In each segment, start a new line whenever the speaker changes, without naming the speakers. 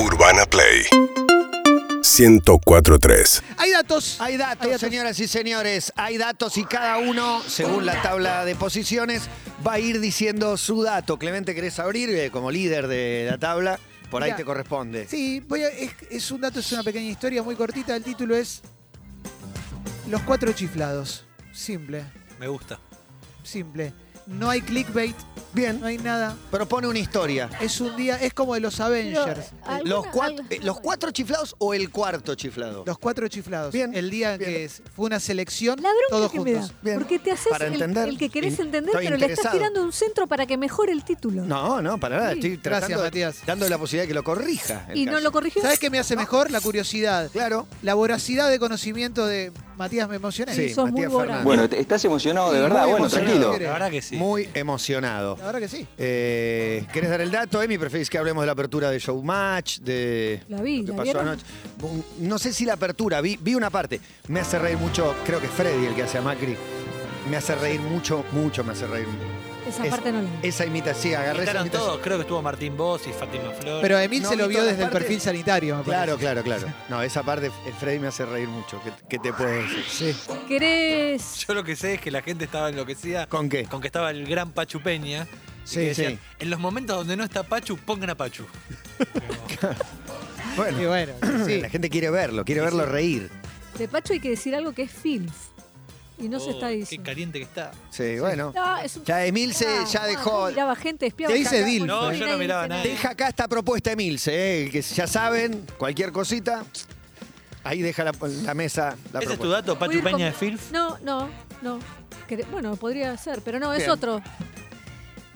Urbana Play 104.3
Hay datos.
Hay datos,
Hay datos.
señoras y señores, hay datos y cada uno, según la tabla de posiciones, va a ir diciendo su dato. Clemente, ¿querés abrir eh, como líder de la tabla? Por ahí
Mirá.
te corresponde.
Sí, voy a- es, es un dato, es una pequeña historia muy cortita. El título es Los cuatro chiflados. Simple,
Me gusta.
simple. No hay clickbait,
Bien,
no hay nada.
propone una historia.
Es un día, es como de los Avengers.
Pero, al-
¿Los,
Alguna-
cuat-
algo-
eh, ¿Los cuatro chiflados o el cuarto chiflado?
Los cuatro chiflados.
Bien,
El día en
bien.
que es- fue una selección,
La bronca
todos
que
juntos.
me da.
Bien.
Porque te haces
Para
el,
entender,
el que querés
in-
entender,
estoy
pero le estás
interesado.
tirando un centro para que mejore el título.
No, no, para nada.
Sí.
Estoy
Gracias,
tratando,
Matías.
dándole la posibilidad de que lo corrija. el
y no
caso.
lo corrigió.
¿Sabes qué me hace mejor? La curiosidad.
Claro.
La voracidad de conocimiento de Matías me emocioné.
Sí,
sos muy
Matías
voraz.
Fernández.
Bueno, te- estás emocionado de
Sí,
verdad,
muy
bueno,
emocionado.
tranquilo.
La verdad que sí.
Muy emocionado.
La verdad que sí.
Eh, ¿Querés dar el dato, Emi? ¿Preferís que hablemos de la apertura de Showmatch? De
La vi,
lo que
¿la
pasó
vieron?
anoche? Bu- No sé si la apertura, vi, vi una parte. Me hace reír mucho, creo que es Freddy el que hace a Macri. Me hace reír mucho, mucho me hace reír.
Esa
Es-
parte no la vi.
Esa imitación, sí, agarré esa
Imitaron
imitación.
todos, creo que estuvo Martín Boss y Fátima Flores.
Pero Emil
No,
se lo
vi
vio
todas
desde el
partes.
perfil sanitario, me parece.
Claro, claro, claro. No, esa parte, eh, Freddy me hace reír mucho. ¿Qué, qué te puedo decir?
Sí.
¿Querés?
Yo lo que sé es que la gente estaba enloquecida
¿Con qué?
con que estaba el gran Pachu Peña. y
Sí,
que decían,
sí.
En los momentos donde no está Pachu, pongan a Pachu.
Y
Bueno,
bueno, sí.
la gente quiere verlo, quiere verlo reír.
De Pacho hay que decir algo que es filf. Y no se
Oh,
está
Qué
diciendo.
caliente que está.
Sí, bueno.
No, es un-
Ya Emilce
Ah,
ya
ah,
dejó.
Miraba gente, espiaba.
Te dice
gente,
Dil.
No,
y
yo no miraba
dice
nada.
Deja acá esta propuesta Emilce, eh, que ya saben, cualquier cosita, ahí deja la, la mesa la
¿Ese es tu
propuesta.
dato,
Voy a
Pachu
ir
Peña
con-
de Filf?
No, no, no. Quere- Bueno, podría ser, pero no, es
Bien.
otro.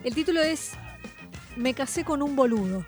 El título es Me casé con un boludo.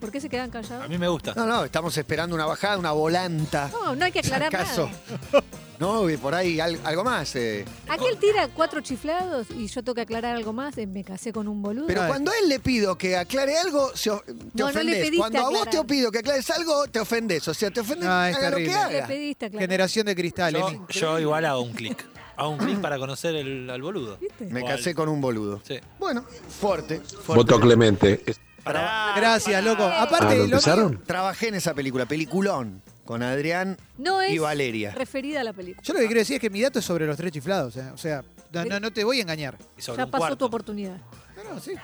¿Por qué se quedan
A
callados?
mí me gusta.
No, no, estamos esperando una bajada, una volanta.
No, no hay que aclarar
¿Acaso?
nada.
No, y por ahí al- algo más. eh.
Aquel tira cuatro chiflados y yo tengo que aclarar algo más de Me casé con un boludo.
Pero
Ay.
cuando a él le pido que aclare algo, se o- te
No, no le
ofendés.
pediste
cuando a vos
aclarar.
te pido que aclares algo, te ofendés. O sea, te ofendes,
No, es
haga lo que
terrible.
le
haga.
pediste aclarar.
Generación de cristal, Emi.
Yo, yo igual hago un clic. Hago un clic para conocer el- al boludo.
¿Viste?
Ah. Me casé con un boludo.
Sí.
Bueno, fuerte. fuerte.
Voto Clemente.
Gracias, loco. Aparte,
Ah, ¿lo
lo mío-
empezaron?
Trabajé en esa película, peliculón, con Adrián.
No es
Y Valeria.
referida a la película.
yo lo que quiero decir es que mi dato es sobre los tres chiflados. eh. O sea, no, no- no te voy a engañar.
Y sobre
Ya
un
pasó tu
cuarto.
oportunidad.
No, no, sí.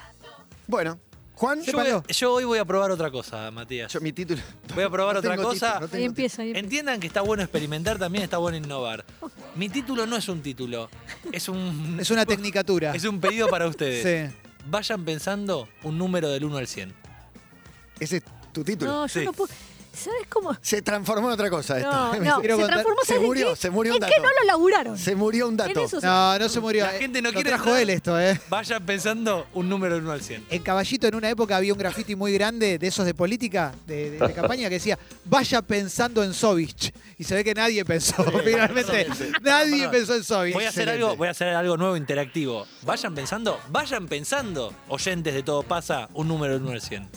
Bueno, Juan,
Se
Yo, voy-
paró.
yo hoy voy a probar otra cosa, Matías.
yo- mi título.
Voy a probar
No
otra
tengo
cosa.
título, no
Ahí
tengo
empieza, ahí empieza.
Entiendan que está bueno experimentar, también está bueno innovar. Mi título no es un título, es un,
Es una tecnicatura.
es un pedido para ustedes.
Sí.
Vayan pensando un número del 1 al 100.
título. Ese es tu título.
No, yo
Sí.
no puedo. ¿Sabes cómo?
Se transformó en otra cosa esto.
No, no. Se
Quiero contar-
transformó
Se
¿sabes en
murió,
qué?
se murió un
¿En
dato.
qué no lo laburaron?
Se murió un
En
dato.
eso se-
No, no se murió.
La gente no
Lo
quiere
trajo
entrar.
él esto, ¿eh?
Vayan pensando un número del 1 al 100.
En Caballito, en una época, había un graffiti muy grande de esos de política, de, de- de campaña, que decía: Vaya pensando en Sovich. Y se ve que nadie pensó, finalmente. Nadie
Perdón.
pensó en Sovich.
Voy a, hacer algo, voy a hacer algo nuevo, interactivo. Vayan pensando, vayan pensando, oyentes de Todo Pasa, un número del 1 al 100.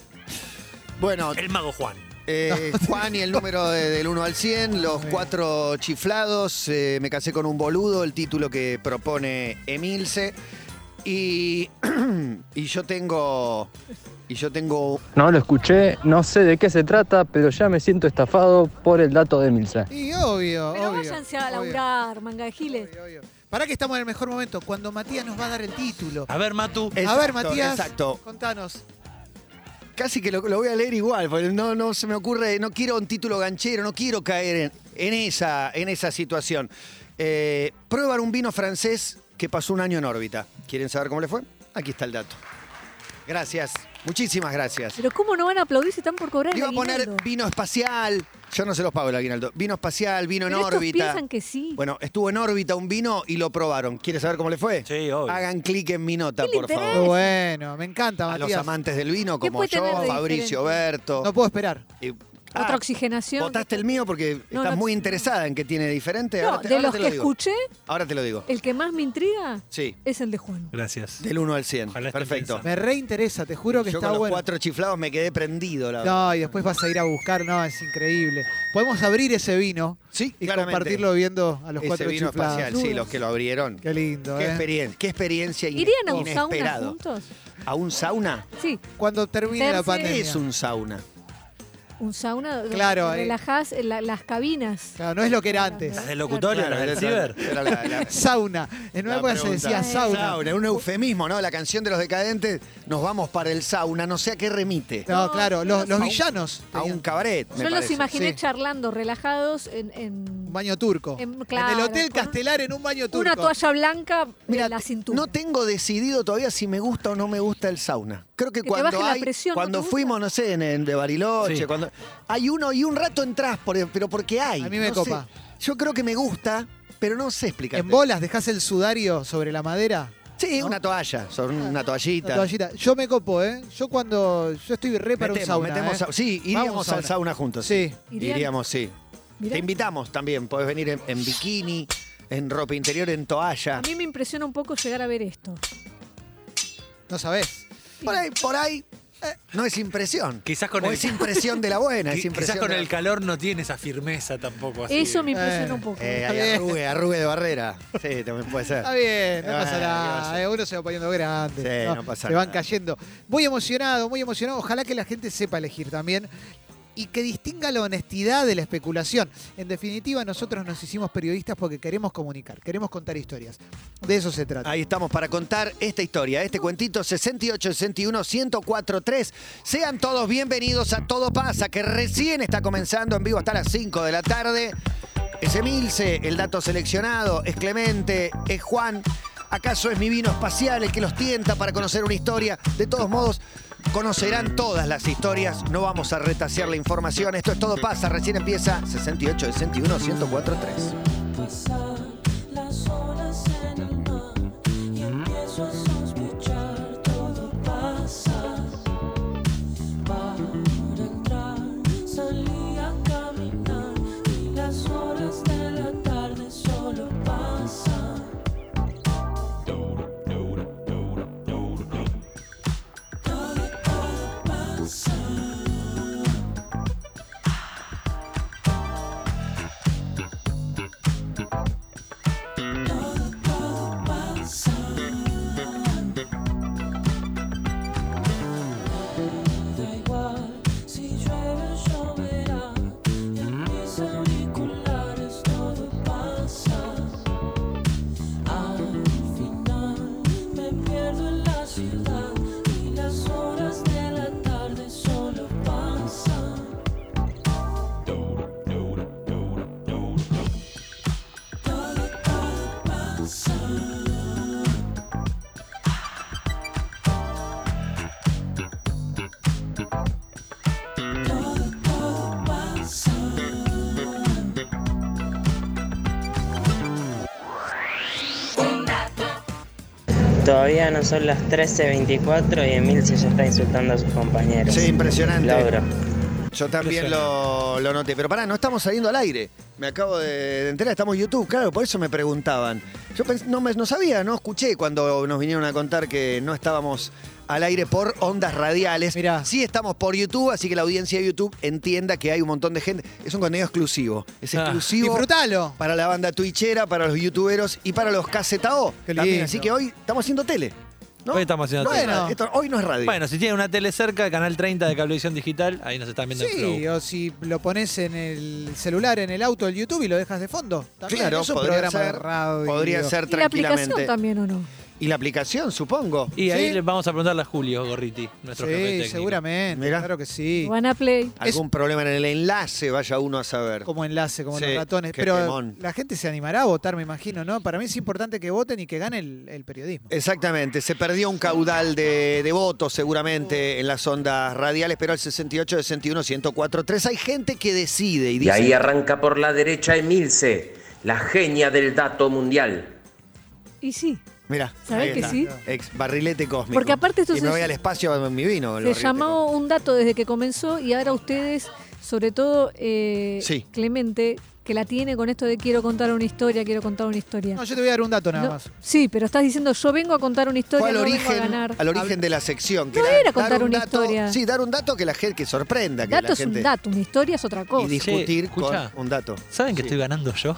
Bueno,
El mago Juan.
eh, Juan y el número de- Eh, del 1 al 100, los cuatro chiflados, eh, me casé con un boludo, el título que propone Emilce. Y, y yo tengo. Y yo tengo.
No lo escuché, no sé de qué se trata, pero ya me siento estafado por el dato de Milsa.
Y obvio,
Pero
obvio.
váyanse a
obvio,
laburar, manga de giles.
obvio, obvio. Pará que estamos en el mejor momento, cuando Matías nos va a dar el título.
A ver, Matu.
a ver,
Exacto,
Matías,
Exacto.
contanos.
Casi que lo, lo voy a leer igual, porque no, no se me ocurre, no quiero un título ganchero, no quiero caer en, en esa, en esa situación. Eh, prueban un vino francés que pasó un año en órbita. ¿Quieren saber cómo le fue? Aquí está el dato. Gracias, muchísimas gracias.
Pero ¿cómo no van a aplaudir si están por cobrar
Le
el
Iba a poner
aguinaldo?
vino espacial, yo no se los pago el aguinaldo. Vino espacial, vino
Pero
en
estos
órbita.
piensan que sí.
Bueno, estuvo en órbita un vino y lo probaron. ¿Quieren saber cómo le fue?
Sí, obvio.
Hagan clic en mi nota,
¿Qué le
por favor.
interesa?
Muy bueno, me encanta,
A los
Oh, Matías.
amantes del vino,
¿Qué
como
puede tener
yo,
de
Fabricio, Berto.
No puedo esperar.
Eh,
Otra
ah,
oxigenación.
Votaste el mío porque
No,
estás
no-
muy interesada en qué tiene diferente.
No,
ahora te,
de
ahora
los
te
que
lo digo.
escuché,
Ahora te lo digo.
el que más me intriga
Sí,
es el de Juan.
Gracias.
del 1 al 100.
Ojalá estén
Perfecto.
pensando.
Me reinteresa, te juro que
Yo
está
con los
bueno.
cuatro chiflados me quedé prendido, la verdad.
No, y después vas a ir a buscar, no, es increíble. Podemos abrir ese vino
Sí,
y
claramente.
compartirlo viendo a los
Ese
cuatro
vino
chiflados.
espacial, sí, los que lo abrieron.
Qué lindo,
Qué
¿eh?
experiencia, qué experiencia ine-
¿Irían a un sauna
inesperado.
juntos?
¿A un sauna?
Sí,
Cuando termine la
Terce.
pandemia.
¿Qué es un sauna?
un sauna donde
Claro, eh.
relajás eh, la- las cabinas.
Claro, no es lo que era antes.
Las del locutorio, las del
era-
ciber.
era la- la-
Sauna. En una
La
época se
pregunta.
decía sauna.
Sauna, un eufemismo, ¿no? La canción de los decadentes, nos vamos para el sauna, no sé a qué remite.
No, claro, los, los
A un-
villanos.
A un
tenían
cabaret. me
Yo los
parece.
imaginé
sí.
charlando, relajados en, en
un baño turco.
En-
En, el
Em, claro,
Hotel
con un-
Castelar en un baño turco.
una toalla blanca
Mira,
en la cintura.
No tengo decidido todavía si me gusta o no me gusta el sauna. Creo que,
Que te
cuando
baje la
hay-
presión, ¿no
cuando
te gusta?
fuimos, no sé, en, en de Bariloche,
Sí.
cuando hay uno y un rato entras, por- e-, pero porque hay.
A mí me
no
copa.
sé. Yo creo que me gusta, pero no sé explicar.
En bolas dejás el sudario sobre la madera.
Sí,
¿no?
una toalla, son una
La
toallita.
toallita. Yo me copo, ¿eh? Yo cuando. Yo estoy re para
Metemos,
un sauna.
metemos
¿eh?
sa- Sí,
Vamos
iríamos
a
al
una.
sauna juntos.
Sí.
Irían-
Iríamos, sí.
Mirá.
Te invitamos también, podés venir en, en bikini, en ropa interior, en toalla.
A mí me impresiona un poco llegar a ver esto.
No sabés.
Por ahí, por ahí, eh, no es impresión.
Quizás con
o
el-
es impresión de la buena, es
Qui-
impresión
Quizás con
de la-
el calor no tiene esa firmeza tampoco así.
Eso me impresiona
Eh,
un poco.
Eh,
Está
ahí
bien.
arrugue, arrugue de barrera. Sí, también puede ser.
Está bien, no
Ah,
pasa
¿qué va a
nada.
ser?
eh, Uno se va poniendo grande.
Sí, no pasa
se van
nada.
cayendo. Muy emocionado, muy emocionado. Ojalá que la gente sepa elegir también. Y que distinga la honestidad de la especulación. En definitiva, nosotros nos hicimos periodistas porque queremos comunicar, queremos contar historias. De eso se trata.
Ahí estamos para contar esta historia, este cuentito 68 61 1043. Sean todos bienvenidos a Todo Pasa, que recién está comenzando en vivo hasta las 5 de la tarde. Es Emilce, el dato seleccionado, es Clemente, es Juan. ¿Acaso es mi vino espacial el que los tienta para conocer una historia? De todos modos, conocerán todas las historias. No vamos a retasear la información. Esto es Todo Pasa, recién empieza 68 61 1043.
pasar las horas en el mar y empiezo a sospechar todo pasa para entrar salí a caminar y las horas de la tarde solo pasan todo todo todo todo todo pasa Da igual si llueve o lloverá, en mis auriculares todo pasa. Al final me pierdo en la ciudad y las horas de la tarde solo pasan. Todo, todo, todo, todo, todo, todo pasa. Todo, todo pasa.
Todavía no son las 13.24 y Emil se ya está insultando a sus compañeros.
Sí, impresionante.
Logro.
Yo también lo, lo noté, pero pará, no estamos saliendo al aire. Me acabo de, de enterar, estamos en YouTube, claro, por eso me preguntaban. Yo pens- no, me- no sabía, no escuché cuando nos vinieron a contar que no estábamos al aire por ondas radiales.
Mirá.
Sí estamos por YouTube, así que la audiencia de YouTube entienda que hay un montón de gente. Es un contenido exclusivo, es
Ah.
exclusivo
Disfrutalo.
para la banda twitchera, para los youtuberos y para los KZO.
Qué
también.
lindo.
Así que hoy estamos haciendo tele. ¿no?
Hoy estamos haciendo
No es
tele.
ra- esto- hoy no es radio.
Bueno, si tienen una tele cerca, Canal 30 de Cablevisión Digital, ahí nos están viendo en Flow.
Sí, o si lo pones en el celular, en el auto, el YouTube y lo dejas de fondo. También
Claro,
es un
podría
programa de
ser,
radio.
podría ser
¿Y la aplicación
tranquilamente.
también o no?
Y la aplicación, supongo.
Y ahí
Sí.
le vamos a preguntarle a Julio Gorriti, nuestro jefe
Sí,
técnico.
seguramente.
Mirá.
Claro que sí.
Wanaplay.
Algún problema en el enlace, vaya uno a saber.
como enlace, como
Sí,
los ratones.
qué
Pero
temón.
la gente se animará a votar, me imagino, ¿no? Para mí es importante que voten y que gane el, el periodismo.
Exactamente, se perdió un caudal de, de votos seguramente en las ondas radiales, pero al 68, 61, 104, 3 hay gente que decide y
Y
dice...
ahí arranca por la derecha Emilce, la genia del dato mundial.
Y sí,
Mirá,
¿Sabés
ahí
que
está,
sí?
Ex barrilete cósmico.
Porque aparte esto
Y
se-
me voy al espacio en mi vino. el
se
barrilete
llamó un dato desde que comenzó y ahora ustedes, sobre todo eh,
Sí.
Clemente, que la tiene con esto de quiero contar una historia, quiero contar una historia.
No, yo te voy a dar un dato nada
No,
más.
Sí, pero estás diciendo yo vengo a contar una
cósmico.
historia,
Fue al
no vengo a
origen,
ganar.
al origen de la sección. que
No era
dar
contar
un
una
dato-
historia.
Sí, dar un dato que la gente que sorprenda. Que la
dato es un
gente-
dato, una historia es otra
Y
cosa.
dice-
discutir
Che, escuchá.
con un dato.
¿Saben que
Sí.
estoy ganando yo?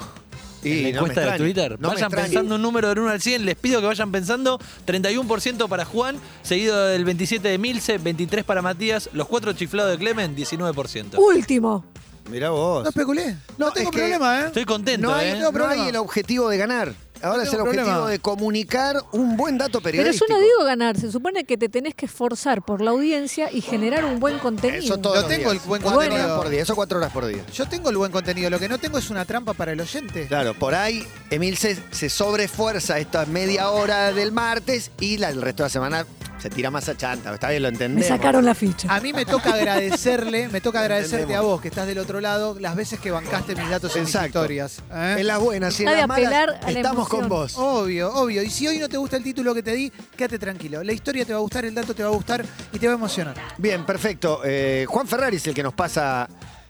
Y
en la
no me
encuesta de
extraña,
Twitter.
no me
vayan
extraña.
pensando un número del 1 al 100. Les pido que vayan pensando. 31% para Juan, seguido del 27 de Milce, 23 para Matías, los cuatro chiflados de Clemen, 19%.
Último.
Mirá vos.
No especulé. No,
No,
tengo
es que-
problema, ¿eh?
Estoy contento,
No hay,
¿eh?
no
problema.
hay el objetivo de ganar. Ahora es el
tengo
objetivo
problema.
de comunicar un buen dato
Pero
periodístico.
yo no digo ganar, se supone que te tenés que esforzar por la audiencia y generar un buen contenido.
Eso todos
Lo
los
tengo
días.
el buen
Cuatro
contenido.
horas por día. Eso cuatro horas por día.
Yo tengo el buen contenido, lo que no tengo es una trampa para el oyente.
Claro, por ahí Emil se, se sobreesfuerza esta media hora del martes y la, el resto de la semana se tira más a chanta. Está bien, lo
Me
entendemos.
sacaron la ficha.
A mí me toca agradecerle, me toca agradecerte a
Entendemos.
vos que estás del otro lado las veces que bancaste mis datos en mis
Exacto.
historias. ¿eh?
En las buenas y en
Ha de
las
apelar
malas
a la
estamos
emoción.
con vos.
Obvio, obvio. Y si hoy no te gusta el título que te di, quédate tranquilo. La historia te va a gustar, el dato te va a gustar y te va a emocionar.
Oh.
Bien, perfecto. Eh, Juan Ferrari es el que nos pasa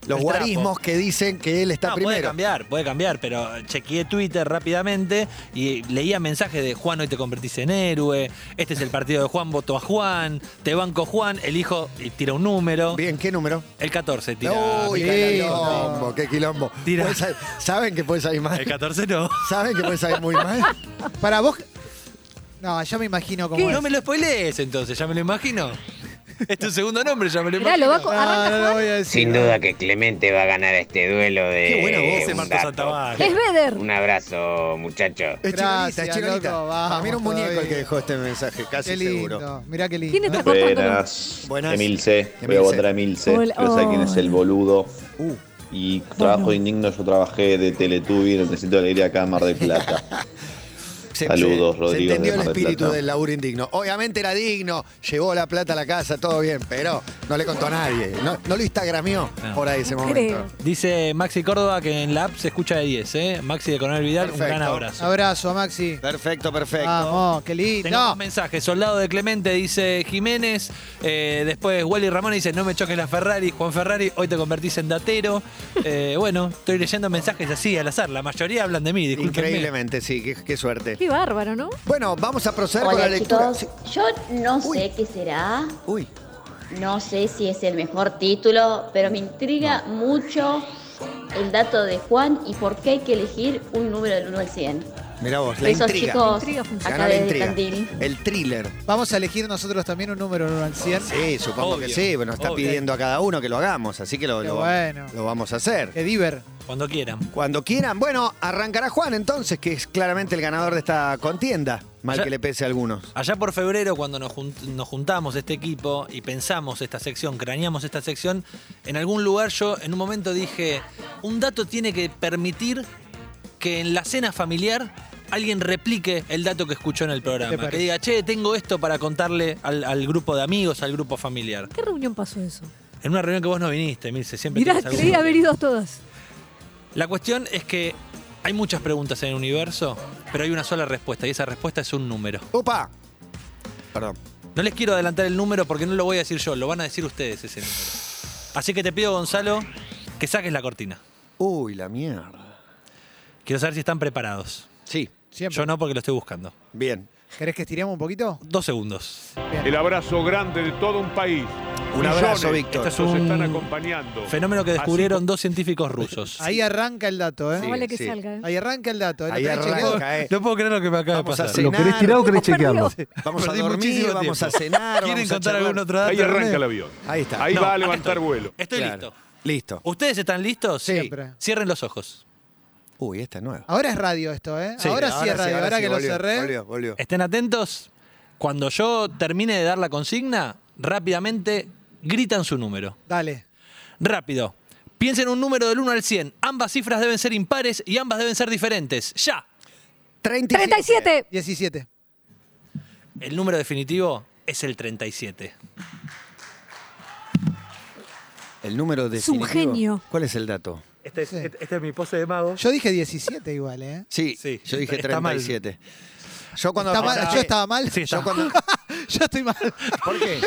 los
El
guarismos
trapo.
que dicen que él está
No, puede
primero.
cambiar, puede cambiar, pero chequeé Twitter rápidamente y leía mensajes de Juan hoy te convertís en héroe, este es el partido de Juan, voto a Juan, te banco Juan, elijo y tira un número.
Bien, ¿qué número?
El 14 tira.
Uy, qué quilombo, qué quilombo.
Tira.
Puede sal- Saben que puede salir
El
mal.
14 no.
Saben que puede salir muy mal.
Para vos. No, ya me imagino cómo
¿Qué?
es.
No me lo spoilees entonces, ya me lo imagino. es tu segundo nombre, ya me lo
Mirá,
imagino.
lo va a co-
No,
arranca
no lo
Juan.
voy a decir.
Sin duda que Clemente va a ganar este duelo de.
Qué buena voz,
un
Ese Marco
dato.
Santabáñez.
Es Beder.
Un abrazo, muchachos.
Es
Gracias,
chirolita, es chirolita.
loco, vamos
Para mí era un muñeco
todavía.
el que dejó este mensaje, casi
Qué lindo.
seguro.
Mirá qué lindo.
¿Quién
¿eh?
está cortándolo?
Buenas.
Buenas.
Emilce. Voy a
Emilce.
votar a Emilce.
Hola.
Yo sé quién es
Oh.
el boludo.
Uh,
Y trabajo indigno, yo trabajé de Teletubby, lo necesito alegría acá en Mar del Plata.
se-
Saludos,
se-
Rodrigo
Se entendió
de
el
Mar del
espíritu
Plata.
del laburo indigno. Obviamente era digno, llevó la plata a la casa, todo bien, pero no le contó a nadie. No, no lo instagramió
No.
por ahí ese
No
momento.
Dice Maxi Córdoba que en la app se escucha de 10, ¿eh? Maxi de Coronel Vidal, un gran
Perfecto.
abrazo.
Abrazo, Maxi.
Perfecto, perfecto.
Ah,
Vamos, qué lindo.
Tengo más mensajes. Soldado de Clemente dice Jiménez. eh, después Wally Ramón dice: No me choques la Ferrari. Juan Ferrari, hoy te convertís en datero. Eh, bueno, estoy leyendo mensajes así al azar. La mayoría hablan de mí, discúlpenme.
Increíblemente, sí, qué, qué suerte.
Qué bárbaro, ¿no?
Bueno, vamos a proceder con la lectura.
Yo no
sé Uy.
qué será.
Uy,
No sé si es el mejor título, pero me intriga mucho el dato de Juan y por qué hay que elegir un número del 1 al 100.
mira vos, la
Esos
intriga.
chicos
Intriga funciona.
acá
Ganó la
desde
intriga.
Tandil.
El thriller.
Vamos a elegir nosotros también un número del 1 al 100.
Sí, supongo
Obvio,
que sí, pero nos está
obvio.
pidiendo a cada uno que lo hagamos, así que lo,
Qué
lo-
bueno.
lo vamos a hacer.
Ediver.
Cuando quieran.
Cuando quieran. Bueno, arrancará Juan entonces, que es claramente el ganador de esta contienda. Mal
Ya-
que le pese a algunos.
Allá por febrero, cuando nos, jun- nos juntamos este equipo y pensamos esta sección, craneamos esta sección, en algún lugar yo en un momento dije, un dato tiene que permitir que en la cena familiar alguien replique el dato que escuchó en el
¿Qué te
programa. Que
parece?
diga, che, tengo esto para contarle al, al grupo de amigos, al grupo familiar.
¿Qué reunión pasó eso?
En una reunión que vos no viniste, Mirce, siempre
Mirá,
tenés algún
creí haber
motivo.
ido a todas.
La cuestión es que hay muchas preguntas en el universo, pero hay una sola respuesta y esa respuesta es un número.
¡Opa! Perdón.
No les quiero adelantar el número porque no lo voy a decir yo, lo van a decir ustedes ese número. Así que te pido, Gonzalo, que saques la cortina.
Uy, la mierda.
Quiero saber si están preparados.
Sí,
Siempre.
Yo no porque lo estoy buscando.
bien.
¿Querés que estiremos un poquito?
Dos segundos.
El
abrazo grande de todo un país.
Un abrazo, Víctor.
Esto es un fenómeno que descubrieron dos científicos rusos.
Ahí arranca el dato, ¿eh?
No vale que
sí.
salga. ¿eh?
Ahí arranca el dato. ¿eh? ¿Lo
Ahí
tenés chequeado?
arranca, eh.
No puedo creer lo que me acaba
Vamos
de
a
pasar.
cenar.
querés chequearlo?
Vamos a
Perdí
dormir,
muchísimo
vamos a
tiempo.
cenar.
¿Quieren
vamos a
contar
charlar.
algún otro dato? René?
avión.
Ahí está.
Ahí
No,
va a
acá
levantar
estoy.
vuelo.
Estoy
Claro.
listo.
Listo.
¿Ustedes están listos?
Sí. Siempre.
Cierren los ojos.
Uy, esta es nueva.
Ahora es radio esto, ¿eh?
Sí,
ahora, sí es radio, ahora,
sí,
que
volvió,
lo cerré.
Volvió, volvió.
Estén atentos. Cuando yo termine de dar la consigna, rápidamente gritan su número.
Dale.
Rápido. Piensen un número del 1 al 100. Ambas cifras deben ser impares y ambas deben ser diferentes. ¡Ya!
37.
37.
17.
El número definitivo es el 37.
El número de.
Es un genio.
¿Cuál es el dato?
Este es,
Sí.
este es mi pose de mago.
Yo dije 17 igual, ¿eh?
Sí,
Sí,
yo dije
está mal.
37. Yo cuando.
Está mal-
pensé-
yo estaba mal.
Sí, está
yo, cuando- yo estoy mal.
¿Por qué?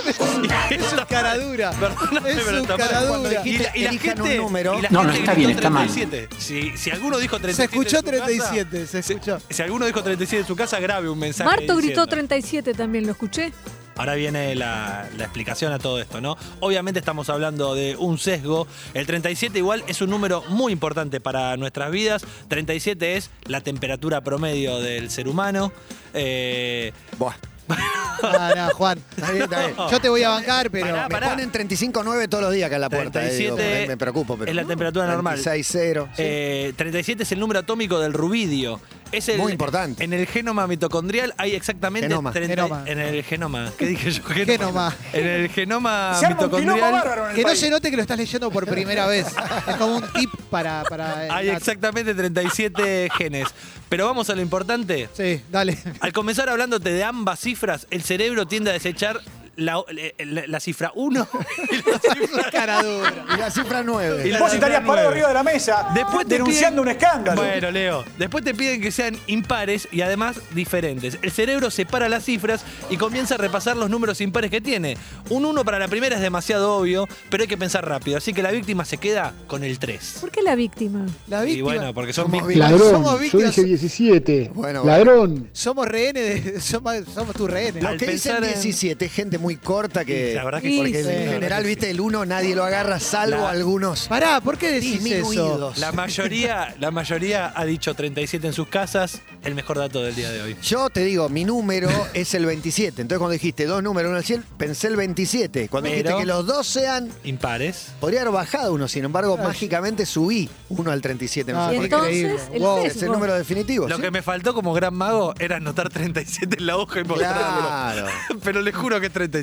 es un cara dura.
Perdóname,
es
pero
un
está mal.
cara
Cuando
dura.
dijiste- elijan un número.
y la
No, no,
gente
está
gritó
bien, está mal.
37. Si, si alguno dijo
Se
37.
escuchó
en su casa,
37, se escuchó.
si alguno dijo 37 en su casa, grabe un mensaje.
Marto gritó
diciendo.
37 también, lo escuché.
Ahora viene la, la explicación a todo esto, ¿no? Obviamente estamos hablando de un sesgo. El 37 igual es un número muy importante para nuestras vidas. 37 es la temperatura promedio del ser humano. Eh,
Buah,
No, no, Ah, Juan.
está bien, está bien.
Yo te voy a bancar, pero.
Pará,
Me
pará.
ponen 35.9 todos los días acá en la puerta. eh, digo,
37
me, me preocupo, pero.
es la temperatura normal.
36.0.
Eh, 37 es el número atómico del rubidio. Es el-
Muy importante.
En el genoma mitocondrial hay exactamente
Genoma.
30
Genoma.
En el genoma. ¿Qué dije yo?
Genoma.
En el genoma
Se arma un quilombo
mitocondrial
bárbaro en el
Que no
país.
se note que lo estás leyendo por primera vez. Es como un tip para. para eh, el
Eh,
hay
dato.
exactamente 37 genes. Pero vamos a lo importante.
Sí, dale.
Al comenzar hablándote de ambas cifras, el cerebro tiende a desechar la, la- la cifra 1 y la cifra
Cara dura.
Y la cifra 9.
Y la-
Vos estarías parado
nueve.
arriba de la mesa
Después te
denunciando
piden-
un escándalo.
Bueno, Leo. Después te piden que sean impares y además diferentes. El cerebro separa las cifras y comienza a repasar los números impares que tiene. Un 1 para la primera es demasiado obvio, pero hay que pensar rápido. Así que la víctima se queda con el 3.
¿Por qué la víctima?
La
Y
víctima.
bueno, porque son
Somos
víctimas.
somos
Ladrón, yo
víctimas.
dije 17.
Bueno,
Ladrón.
Somos rehenes de- somos, somos tus rehenes.
Eh, Al
Lo que dicen
pensar en-
17, es gente muy corta que.
Y la verdad que
Sí,
porque
sí.
porque en
la
general, viste, el 1 nadie lo agarra, salvo
La-
algunos.
Pará, ¿por qué decís eso?
Disminuidos.
La mayoría, la mayoría ha dicho 37 en sus casas, el mejor dato del día de hoy.
Yo te digo, mi número es el 27. Entonces, cuando dijiste dos números, uno al 100, pensé el 27. Cuando
Pero-
dijiste que los dos sean,
Impares.
podría haber bajado uno. Sin embargo, mágicamente subí uno al 37. No,
Ah,
sé
Y
por qué.
increíble.
entonces, el
Wow,
sesgo.
Es el número definitivo.
Lo
¿sí?
que me faltó como gran mago era anotar 37 en la hoja y mostrarlo.
Claro.
Pero le juro que es 37.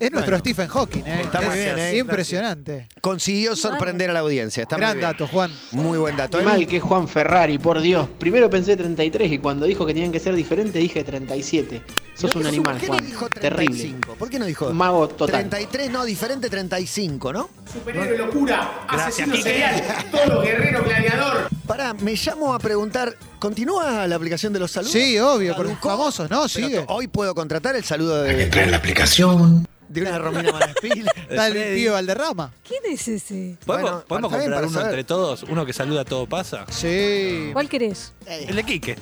Es nuestro Stephen Hawking, ¿eh?
Está muy
Es
bien, ¿eh?
Impresionante.
Consiguió sorprender a la audiencia. Está muy
Gran
bien. Eh,
dato, Juan.
Muy buen dato.
Qué
Él-
mal que es Juan Ferrari, por Dios. Primero pensé 33 y cuando dijo que tenían que ser diferentes dije 37. Sos un
¿Por
animal,
qué no
Juan.
dijo
Terrible.
35? ¿Por qué no dijo?
Un mago total.
33, no, diferente 35, ¿no?
Superhéroe locura,
asesino Quique. serial,
todo guerrero planeador.
Pará, me llamo a preguntar, ¿continúa la aplicación de los saludos?
Sí, obvio, por
Caducó.
los famosos, ¿no?
Pero
Sigue.
to- Hoy puedo contratar el saludo de,
Entra en la aplicación.
de una Romina Manaspil.
Está el
Freddy.
tío Valderrama.
¿Quién es ese?
¿Podemos,
Bueno,
podemos
está bien,
comprar
para
uno
saber.
entre todos? ¿Uno que saluda todo pasa?
Sí.
¿Cuál querés?
El de Quique.
Eh,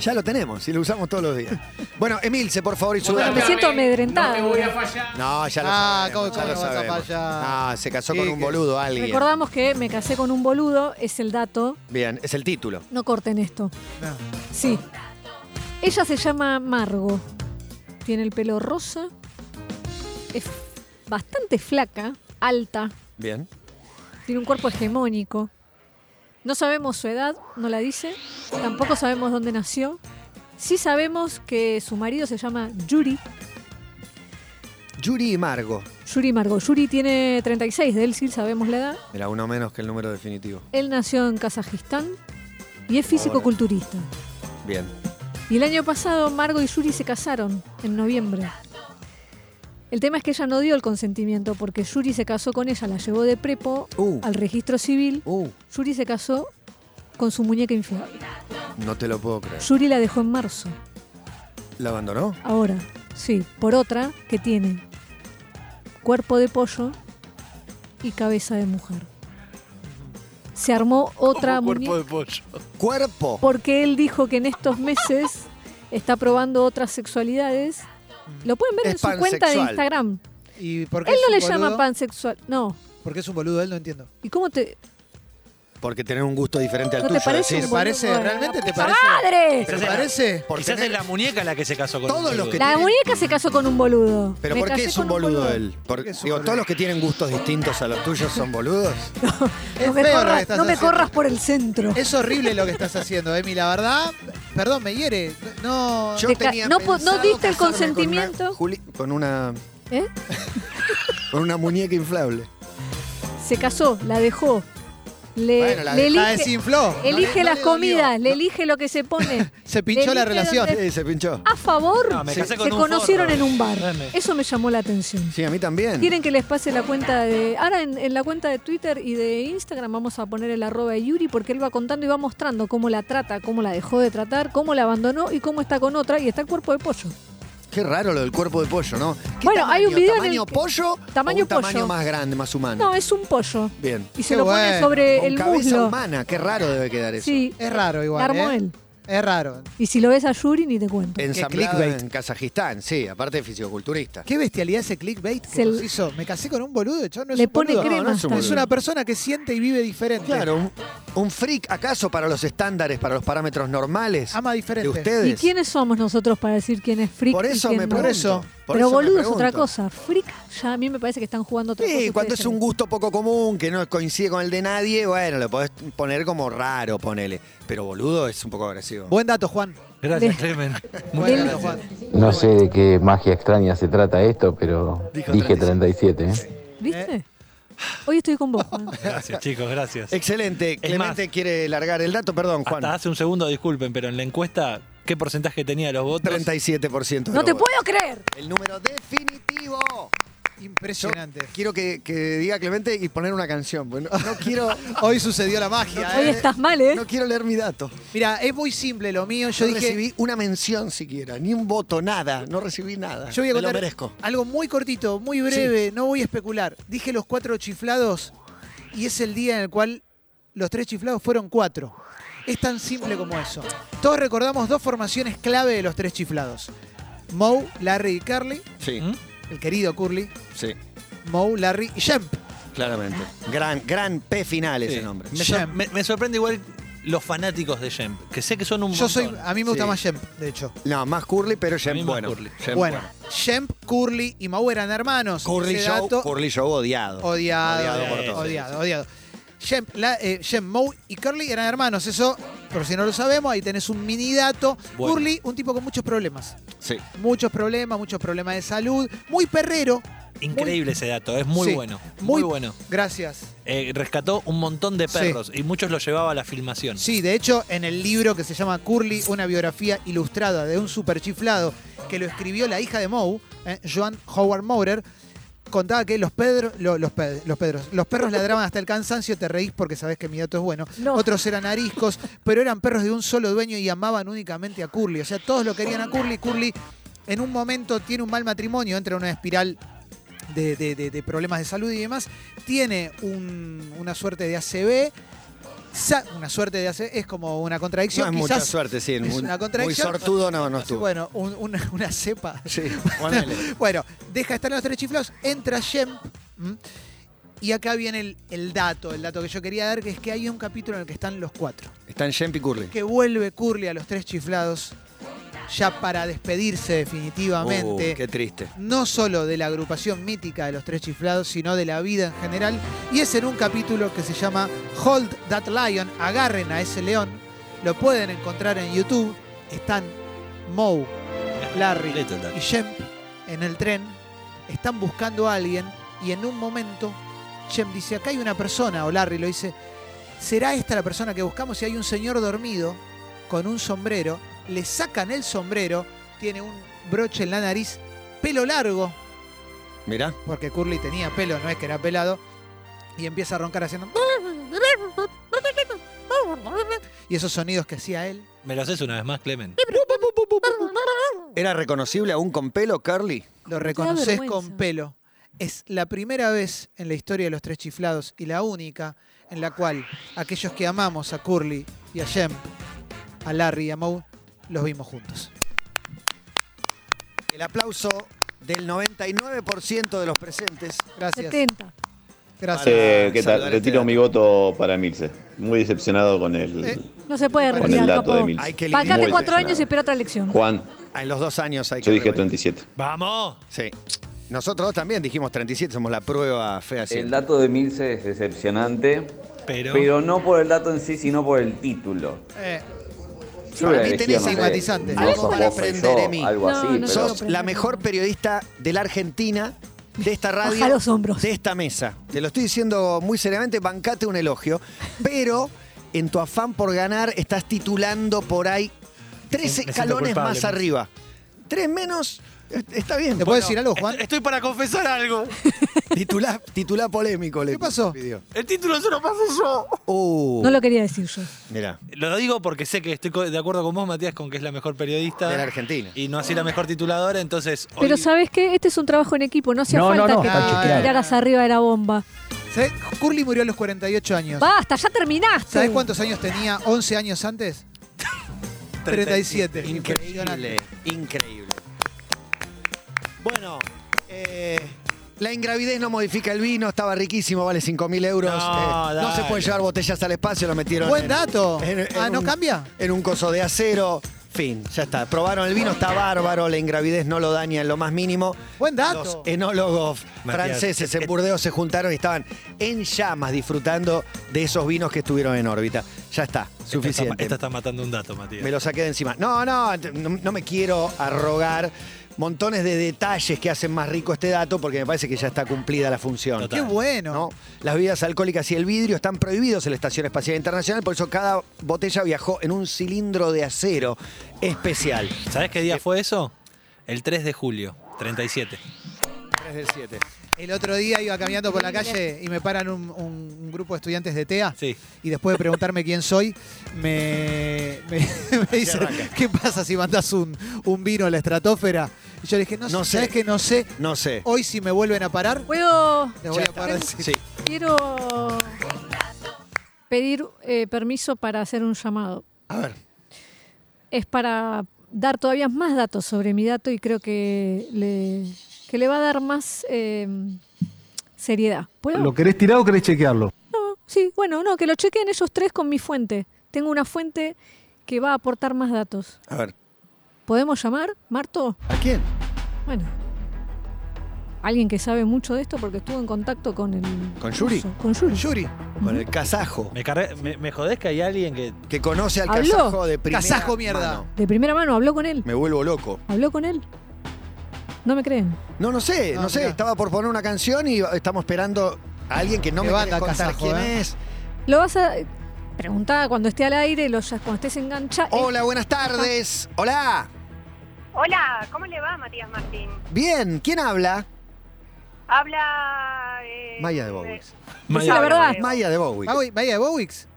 ya lo tenemos y lo usamos todos los días. Bueno, Emilce, por favor, y su
Me siento amedrentada.
No, ya lo
Ah,
sabemos.
¿cómo- cómo
ya lo
no vas a
sabemos.
fallar?
Ah, se casó con
Sí,
un
que-
boludo alguien.
Recordamos que me casé con un boludo, es el dato.
Bien, es el título.
No corten esto.
No.
Sí. Ella se llama Margo. Tiene el pelo rosa. Es bastante flaca, alta.
Bien.
Tiene un cuerpo hegemónico. No sabemos su edad, no la dice. Tampoco sabemos dónde nació. Sí sabemos que su marido se llama Yuri.
Yuri y Margo.
Yuri Margo. Yuri tiene 36, de él sí sabemos la edad.
Era uno menos que el número definitivo.
Él nació en Kazajistán y es físico-culturista.
Bien.
Y el año pasado Margo y Yuri se casaron, en noviembre. El tema es que ella no dio el consentimiento porque Yuri se casó con ella, la llevó de prepo
Uh.
al registro civil.
Uh,
Yuri se casó con su muñeca inflable.
no te lo puedo creer.
Yuri la dejó en marzo,
¿La abandonó?
ahora, sí, por otra que tiene cuerpo de pollo y cabeza de mujer. Se armó otra muñeca.
de pollo.
Cuerpo.
porque él dijo que en estos meses está probando otras sexualidades. Lo pueden ver
Es
en su cuenta de
pansexual.
Instagram.
¿Y por qué
Él no le
es un
llama
boludo?
pansexual. No.
¿Por qué es un boludo? Él no entiendo.
¿Y cómo te.?
Porque tener un gusto diferente al
¿No
tuyo.
te parece?
decís.
un
¿Te parece?
boludo?
¿Realmente
¡La
te
puta
parece?
¡Madre!
¿Te parece?
Por
Quizás
tener-
es la muñeca la que se casó con
Todos
un
los
boludo.
que
La muñeca se casó con un boludo.
¿Pero
Me
por qué
casé
es un
con
boludo, él? Por-
qué es un
digo,
boludo?
¿todos los que tienen gustos distintos a los tuyos son boludos?
Es
No
feo lo
me,
que
corras,
estás
no me
haciendo.
corras por el centro.
Es horrible lo que estás haciendo, Emi. La verdad, perdón, me hiere. No.
Yo
Te ca-
tenía
no po- no
pensado
diste el
casarme con una-
consentimiento.
Juli- Con una,
¿Eh?
con una muñeca inflable.
Se casó, la dejó. Le,
Bueno, la
Eh, le
de-
elige,
la desinfló. No le-
elige
no le
las
dolió.
comidas, le
No-
elige lo que se pone.
Se pinchó
le
la
elige Ah.
relación.
dónde-
Sí, se pinchó.
A favor,
No, me
se,
casé con
se
un
conocieron
forro.
en un bar.
Dame.
Eso me llamó la atención.
Sí, a mí también.
¿Quieren que les pase la cuenta de. Ahora en, en la cuenta de Twitter y de Instagram vamos a poner el arroba de Yuri porque él va contando y va mostrando cómo la trata, cómo la dejó de tratar, cómo la abandonó y cómo está con otra y está el cuerpo de pollo.
Qué raro lo del cuerpo de pollo, ¿no? ¿Qué
Bueno, hay un video en el
¿Tamaño
que-
pollo
Tamaño
o un tamaño
pollo.
más grande, más humano?
No, es un pollo.
Bien.
Y se
Qué
lo
bueno,
pone sobre
Con
el
cabeza
muslo.
humana, qué raro debe quedar eso.
Sí,
Es raro
la
igual.
armó
¿eh?
él.
Es raro.
Y si lo ves a Yuri, ni te cuento.
Ensamblado
clickbait.
en Kazajistán, sí, aparte de fisioculturista.
Qué bestialidad ese clickbait que
Se
nos
le-
hizo. Me casé con un boludo, yo no es
Le
un
pone
boludo.
crema.
no es un
hasta-
Es una persona que siente y vive diferente.
Claro, un, un freak, ¿acaso para los estándares, para los parámetros normales
Ama
de
diferente.
¿Y
ustedes?
quiénes somos nosotros para decir quién es freak?
Por
y
eso
quién
me
no?
por
pregunto,
eso.
por
Pero
eso me
boludo es otra
pregunto.
cosa. Freak, ya a mí me parece que están jugando otra cosa.
Sí, cuando
ustedes
es un
en-
gusto poco común, que no coincide con el de nadie, bueno, lo podés poner como raro, ponele. Pero boludo es un poco agresivo.
Buen dato, Juan.
Gracias,
Le-
Clemen.
Buen
Del-
dato, Juan.
No sé de qué magia extraña se trata esto, pero
Dijo
dije
37,
37. ¿eh?
¿Viste? Hoy estoy con vos, Juan.
Gracias, chicos, gracias.
Excelente. Clemente
más-
quiere largar el dato, perdón, Juan.
Hasta hace un segundo, disculpen, pero en la encuesta, ¿qué porcentaje tenía de los votos?
37%. de
¡No
los
te
votos.
puedo creer!
El número definitivo. Yo
Impresionante.
quiero que, que diga Clemente y poner una canción. porque No, no quiero,
Hoy sucedió la magia.
Hoy
¿eh?
estás mal, ¿eh?
no quiero leer mi dato.
Mira, es muy simple lo mío. Yo
Yo
dije,
recibí una mención siquiera, ni un voto, nada. No recibí nada.
yo voy a
Me lo
contar
merezco.
algo muy cortito, muy breve, no voy a especular. Dije los cuatro chiflados y es el día en el cual los tres chiflados fueron cuatro. Es tan simple como eso. Todos recordamos dos formaciones clave de los tres chiflados. Moe, Larry y Curly,
Sí,
¿Mm?
el querido Curly,
sí,
Moe, Larry y Jump.
claramente. Gran, gran P final
Sí.
ese nombre.
Me, sor-
Yemp.
me- me sorprende igual los fanáticos de Jemp, que sé que son un
Yo
montón.
soy, a mí me gusta
Sí.
más Jump, de hecho.
No, más Curly, pero ya
A mí más
bueno.
Curly.
Jem
Bueno, Jump, Curly y Moe eran hermanos.
Curly
Ese
Show,
dato-
Curly Show odiado.
Odiado, eh,
Odiado
odiado,
por todos.
odiado. odiado. Jem, la- eh, Jem, Moe y Curly eran hermanos, eso, por si no lo sabemos, ahí tenés un mini dato.
Bueno.
Curly, un tipo con muchos problemas.
Sí.
Muchos problemas, muchos problemas de salud, muy perrero.
Increíble ese dato, es muy
Sí,
bueno. Muy,
muy-
bueno.
Gracias.
Eh, rescató un montón de
Sí.
perros y muchos los llevaba a la filmación.
Sí, de hecho, en el libro que se llama Curly, una biografía ilustrada de un superchiflado que lo escribió la hija de Moe, eh, Joan Howard Maurer, contaba que los, pedro- lo- los, pe- los pedros, los perros ladraban hasta el cansancio, te reís porque sabés que mi dato es bueno.
No.
Otros eran ariscos, pero eran perros de un solo dueño y amaban únicamente a Curly. O sea, todos lo querían a Curly. Curly en un momento tiene un mal matrimonio, entra en una espiral de, de- de- de problemas de salud y demás. Tiene un- una suerte de ACB. sa- Una suerte de ACB es como una
No
contradicción.
es mucha
quizás,
suerte, sí.
es
muy,
una
muy
contradicción.
sortudo no, no estuvo.
Bueno, un- una, una cepa.
Sí, ponele.
Bueno, deja estar los tres chiflados, entra Shemp. ¿m? Y acá viene el, el dato, el dato que yo quería dar, que es que hay un capítulo en el que están los cuatro.
Están Shemp y Curly.
Que vuelve Curly a los tres chiflados, ya para despedirse definitivamente
Uh, qué triste.
no solo de la agrupación mítica de los tres chiflados, sino de la vida en general. Y es en un capítulo que se llama Hold That Lion, agarren a ese león. Lo pueden encontrar en YouTube. Están Moe, Larry
Completo el dato.
y Shemp en el tren. Están buscando a alguien y en un momento Shemp dice, acá hay una persona, o Larry lo dice, ¿será esta la persona que buscamos? Y hay un señor dormido con un sombrero, le sacan el sombrero, tiene un broche en la nariz, pelo largo,
Mirá.
porque Curly tenía pelo, no es que era pelado, y empieza a roncar haciendo... Y esos sonidos que hacía él.
¿Me lo haces una vez más, Clemen?
¿Era reconocible aún con pelo, Curly?
Lo
Qué
reconoces
vergüenza.
con pelo. Es la primera vez en la historia de los tres chiflados y la única en la cual aquellos que amamos a Curly y a Jem, a Larry y a Moe, los vimos juntos.
El aplauso del 99% de los presentes.
Gracias.
70.
Gracias.
Eh, ¿qué
¿Qué
tal?
tal?
Saludar Retiro
Retiro
este mi
mi voto para Milce. Muy decepcionado con el,
Eh,
No se puede
Con el
con el
retirar,
dato de
capo.
Milce.
Ay, qué lindo.
Pagate
Muy
cuatro
decepcionado.
años y espera otra elección.
Juan,
Ah, En los dos años hay que.
yo dije
revelar.
37.
¡Vamos!
Sí. Nosotros dos también dijimos 37, somos la prueba fea.
El
siempre.
dato de Milce es decepcionante,
Pero,
pero no por el dato en sí, sino por el título.
Eh,
Yo
para
hubiera
mí
elegido,
tenés
no sé,
simpatizante.
no
Algo
sos
para
vos, soy
aprender,
yo,
Emi.
Algo
No,
así,
no
pero
Sos la mejor periodista de la Argentina, de esta radio,
Baja los hombros.
de esta mesa. Te lo estoy diciendo muy seriamente, bancate un elogio, pero en tu afán por ganar estás titulando por ahí
Me
tres
siento
escalones
culpable,
más
me-
arriba. Tres menos, eh, está bien.
¿Te puedo decir algo, Juan?
Est- estoy para confesar algo.
Titulá, titulá polémico, le
¿Qué pasó?
pidió.
El título se lo pasé yo.
Uh,
No lo quería decir yo.
mirá,
Lo digo porque sé que estoy co- de acuerdo con vos, Matías, con que es la mejor periodista.
de la Argentina.
Y no así la mejor tituladora, entonces. hoy-
Pero ¿sabes qué? Este es un trabajo en equipo. No hacía
No, no,
falta
no,
que
está
te
chequeado.
tiraras arriba de la bomba.
¿sabés? Curly murió a los 48 años.
Basta, ya terminaste.
¿Sabés cuántos años tenía 11 años antes? 37.
Increíble, increíble. Bueno, eh, la ingravidez no modifica el vino, estaba riquísimo, vale 5.000 euros.
No,
eh, no se
dale.
puede llevar botellas al espacio, lo metieron.
Buen
en-
dato. Ah, ¿no
un-
cambia?
En un coso de acero. Fin, ya está. Probaron el vino, está bárbaro, la ingravidez no lo daña en lo más mínimo.
Buen dato.
Los enólogos
Matías,
franceses
eh,
en Burdeos se juntaron y estaban en llamas disfrutando de esos vinos que estuvieron en órbita. Ya está,
Esta
suficiente.
está, esta está matando un dato, Matías.
Me lo saqué de encima. No, no, no, no me quiero arrogar montones de detalles que hacen más rico este dato porque me parece que ya está cumplida la función.
Qué bueno.
¿no? Las bebidas alcohólicas y el vidrio están prohibidos en la Estación Espacial Internacional, por eso cada botella viajó en un cilindro de acero especial.
¿Sabés qué
Eh,
día fue eso? El 3 de julio, 37.
3 del 7.
El otro día iba caminando por la calle y me paran un, un grupo de estudiantes de TEA.
Sí.
Y después de preguntarme quién soy, me, me, me dicen,
arranca.
¿qué pasa si mandas un, un vino a la estratosfera? Y yo le dije, no,
No
sé,
sé.
¿sabés que no sé?
No sé.
Hoy si me vuelven a parar,
Puedo,
les voy
Ya
a parar.
está.
Sí.
quiero pedir eh, permiso para hacer un llamado.
A ver.
Es para dar todavía más datos sobre mi dato y creo que le, que le va a dar más eh, seriedad. ¿Puedo?
querés tirar o querés chequearlo?
No, sí, bueno, no, que lo chequen ellos tres con mi fuente. Tengo una fuente que va a aportar más datos.
A ver.
¿Podemos llamar, Marto?
¿A quién?
Bueno. Alguien que sabe mucho de esto porque estuvo en contacto con el...
¿Con Yuri?
ruso, Con Yuri.
Yuri.
Con el kazajo.
Me, cargué- me- me jodés que hay alguien que.
Que conoce al
¿Habló?
kazajo de primera
Kazajo, mierda.
mano.
De primera mano, habló con él.
Me vuelvo loco.
Habló con él. No me creen.
No, no sé,
Ah,
no sé.
mirá.
Estaba por poner una canción y estamos esperando a alguien que no
Qué
me
banda,
quiere contar
Kazajo,
quién
¿eh?
es.
Lo vas a preguntar cuando esté al aire, lo, ya- cuando estés enganchado.
Hola, buenas tardes. Hola.
Hola, ¿cómo le va Matías Martín?
Bien, ¿quién habla?
Habla. eh,
Maya de Bowix.
Maya la de verdad. Bowix.
Maya de Bowix.
Vaya, vaya de Bowix.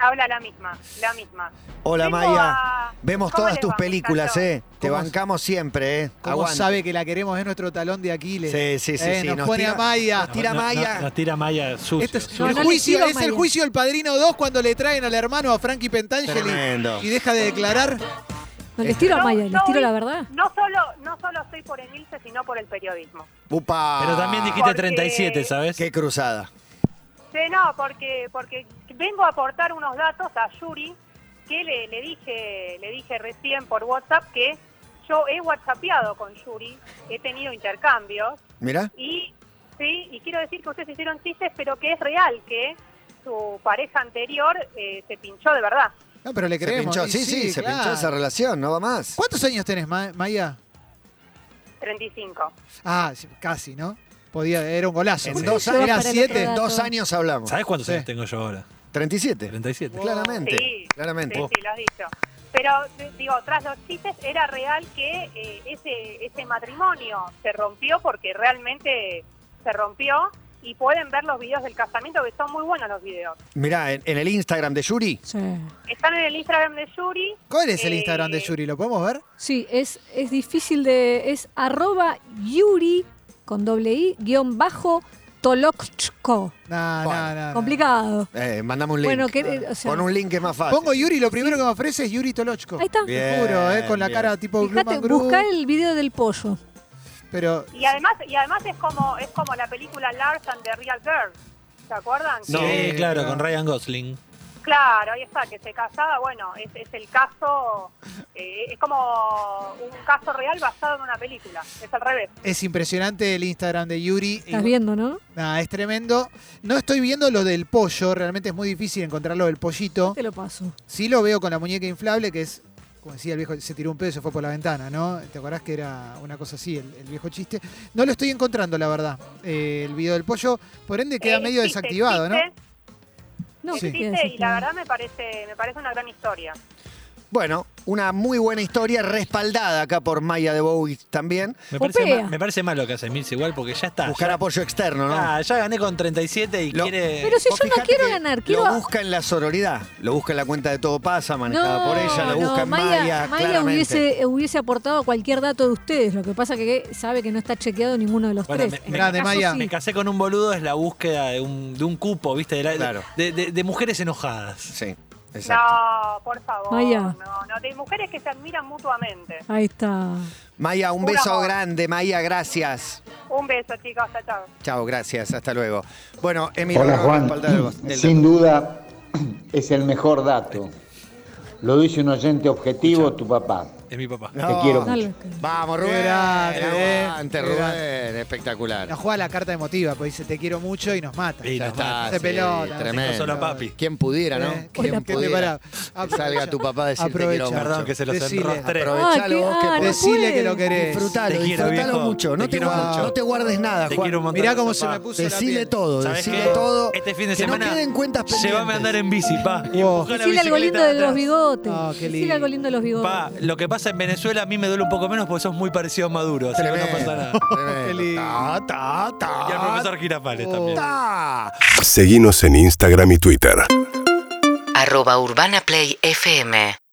Habla la misma, la misma.
Hola,
Tengo
Maya.
a-
Vemos
¿Cómo
todas
les
tus
va,
películas,
muchachos?
¿eh? Te
¿Cómo-
bancamos siempre, ¿eh?
¿Cómo
Aguanta.
sabe que la queremos? Es nuestro talón de Aquiles.
Sí, sí, sí,
Eh,
sí,
Nos,
nos
pone
tira-
a Maya.
nos tira
No, no,
Maya.
Nos tira Maya sucio.
Esto es,
sucio.
el
no le
juicio,
sigo,
es el
María.
juicio del Padrino 2 cuando le traen al hermano a Frankie Pentangeli
Tremendo.
y deja de declarar.
No, les tiro a
No,
Maya, les
no,
tiro la
hoy-
verdad.
No solo, no solo estoy por Emilce, sino por el periodismo.
Upa.
Pero también dijiste
Porque-
37, ¿sabes?
Qué cruzada.
Sí, no, porque, porque vengo a aportar unos datos a Yuri que le, le dije, le dije recién por WhatsApp que yo he whatsappeado con Yuri, he tenido intercambios
Mirá.
Y sí, y quiero decir que ustedes hicieron chistes, pero que es real que su pareja anterior eh, se pinchó de verdad.
No, pero le
Se
creemos.
pinchó.
Y
Sí, sí, se
claro.
pinchó esa relación, no va más.
¿Cuántos años tenés, Ma- Maya?
35.
Ah, sí, casi, ¿no? Podía, era un golazo.
En dos
Sí, va
Era
años,
para el
siete.
otro
en
dato.
dos años hablamos.
¿Sabés cuántos
Sí.
años tengo yo ahora?
37.
37.
Oh. Claramente.
Sí,
Claramente.
sí, sí, lo has dicho. Pero d- digo, tras los chistes era real que eh, ese, ese matrimonio se rompió porque realmente se rompió y pueden ver los videos del casamiento que son muy buenos los videos.
Mirá, en, en el Instagram de Yuri.
Sí,
Están en el Instagram de Yuri.
¿Cuál es el
Eh,
Instagram de Yuri? ¿Lo podemos ver?
Sí, es, es difícil de... Es arroba Yuri, con doble I, guión bajo, Tolokchko.
No,
Bueno.
no, no, no.
Complicado.
Eh, mandame un link.
Bueno, que, eh, o sea-
Con un link es más fácil.
Pongo Yuri, lo primero que me ofrece es Yuri Tolochko.
Ahí está.
Bien,
Juro, eh, con la
bien.
cara tipo
Fíjate,
Blue Man Group,
busca el video del pollo.
Pero
Y además, y además es como es como la película Lars and the Real Girl. ¿Se acuerdan?
No, eh,
Sí,
claro,
no.
con Ryan Gosling.
Claro, ahí está, que se casaba, bueno, es, es el caso, eh, es como un caso real basado en una película, es al revés.
es impresionante el Instagram de Yuri.
Estás viendo, ¿no?
Nah, es tremendo. No estoy viendo lo del pollo, realmente es muy difícil encontrar lo del pollito.
Te lo paso.
Sí lo veo con la muñeca inflable, que es, como decía el viejo, se tiró un pedo y se fue por la ventana, ¿no? ¿Te acordás que era una cosa así, el, el viejo chiste? No lo estoy encontrando, la verdad, eh, el video del pollo. Por ende queda
Eh,
medio
existe,
desactivado, ¿no?
existe,
No,
Sí.
¿qué
existe,
decís,
y la
Claudio?
verdad me parece, me parece una gran historia.
Bueno, una muy buena historia respaldada acá por Maya de Bowie también.
Me parece,
Popea.
ma- me parece mal lo que hace Mills igual porque ya está.
Buscar
Ah, ya,
apoyo externo, ¿no?
Ah, ya gané con 37 y
Lo-
quiere.
Pero si
Vos
yo no
fijate
quiero
que
ganar, quiero...
Lo busca en la sororidad, lo busca en la cuenta de Todo Pasa, manejada por ella, lo busca en Maya,
Maya, Maya
claramente.
hubiese, hubiese aportado cualquier dato de ustedes. Lo que pasa que sabe que no está chequeado ninguno de los
Bueno,
tres.
me- me-
Grande,
caso,
Maya.
sí.
Me casé con un boludo es la búsqueda de un, de un cupo, ¿viste? De, la-
Claro.
de, de- de mujeres enojadas.
Sí.
No, por favor.
Maya.
No, no, de mujeres que se admiran mutuamente.
Ahí está.
Maya, un
Puro
beso
amor.
grande, Maya, gracias.
Un beso, chicos. Hasta chao.
Chao, gracias, hasta luego. Bueno, Emilio,
Hola Juan, sin duda es el mejor dato. Lo dice un oyente objetivo, tu papá.
Es mi papá.
Te quiero mucho.
Vamos, Rubén.
Qué grande,
Aguante,
eh. Qué
Rubén, espectacular.
Nos juega la carta emotiva, pues dice te quiero mucho y nos mata.
Ya está,
Se
sí,
pelota.
tremendo.
Dijo solo papi.
¿Quién pudiera, no?
Eh,
¿Quién
que te
pudiera?
pará.
Que salga tu papá a decirte
Aprovecha.
quiero mucho.
Perdón que se los
Decile.
enrostré.
Aprovechalo
Ah,
vos
qué-
que
ah, no
podés.
Decile que
pude.
lo querés.
Disfrutalo,
Te quiero,
disfrutalo
viejo.
mucho. No
Te
te,
quiero
guardes,
mucho.
no te guardes nada,
Te
Juan.
quiero un montón,
Mirá cómo
papá.
se me puso la
Decile
piel.
todo,
¿Sabés
decile
qué?
todo.
Este fin de
que
semana.
no queden cuentas pendientes.
Llévame a andar en bici, pa. Y
Oh.
empuja la
Decile algo lindo
bicicleta
de los
atrás.
bigotes.
Ah, qué
Decile
lindo.
algo lindo de los bigotes.
Pa, lo que pasa en Venezuela a mí me duele un poco menos porque sos muy parecido a Maduro, así que no pasa nada.
Qué
Tremendo.
lindo.
Ta, ta, ta.
Y al profesor Girafales también.
Ta.
Seguinos en Instagram y Twitter.
Arroba Urbana Play FM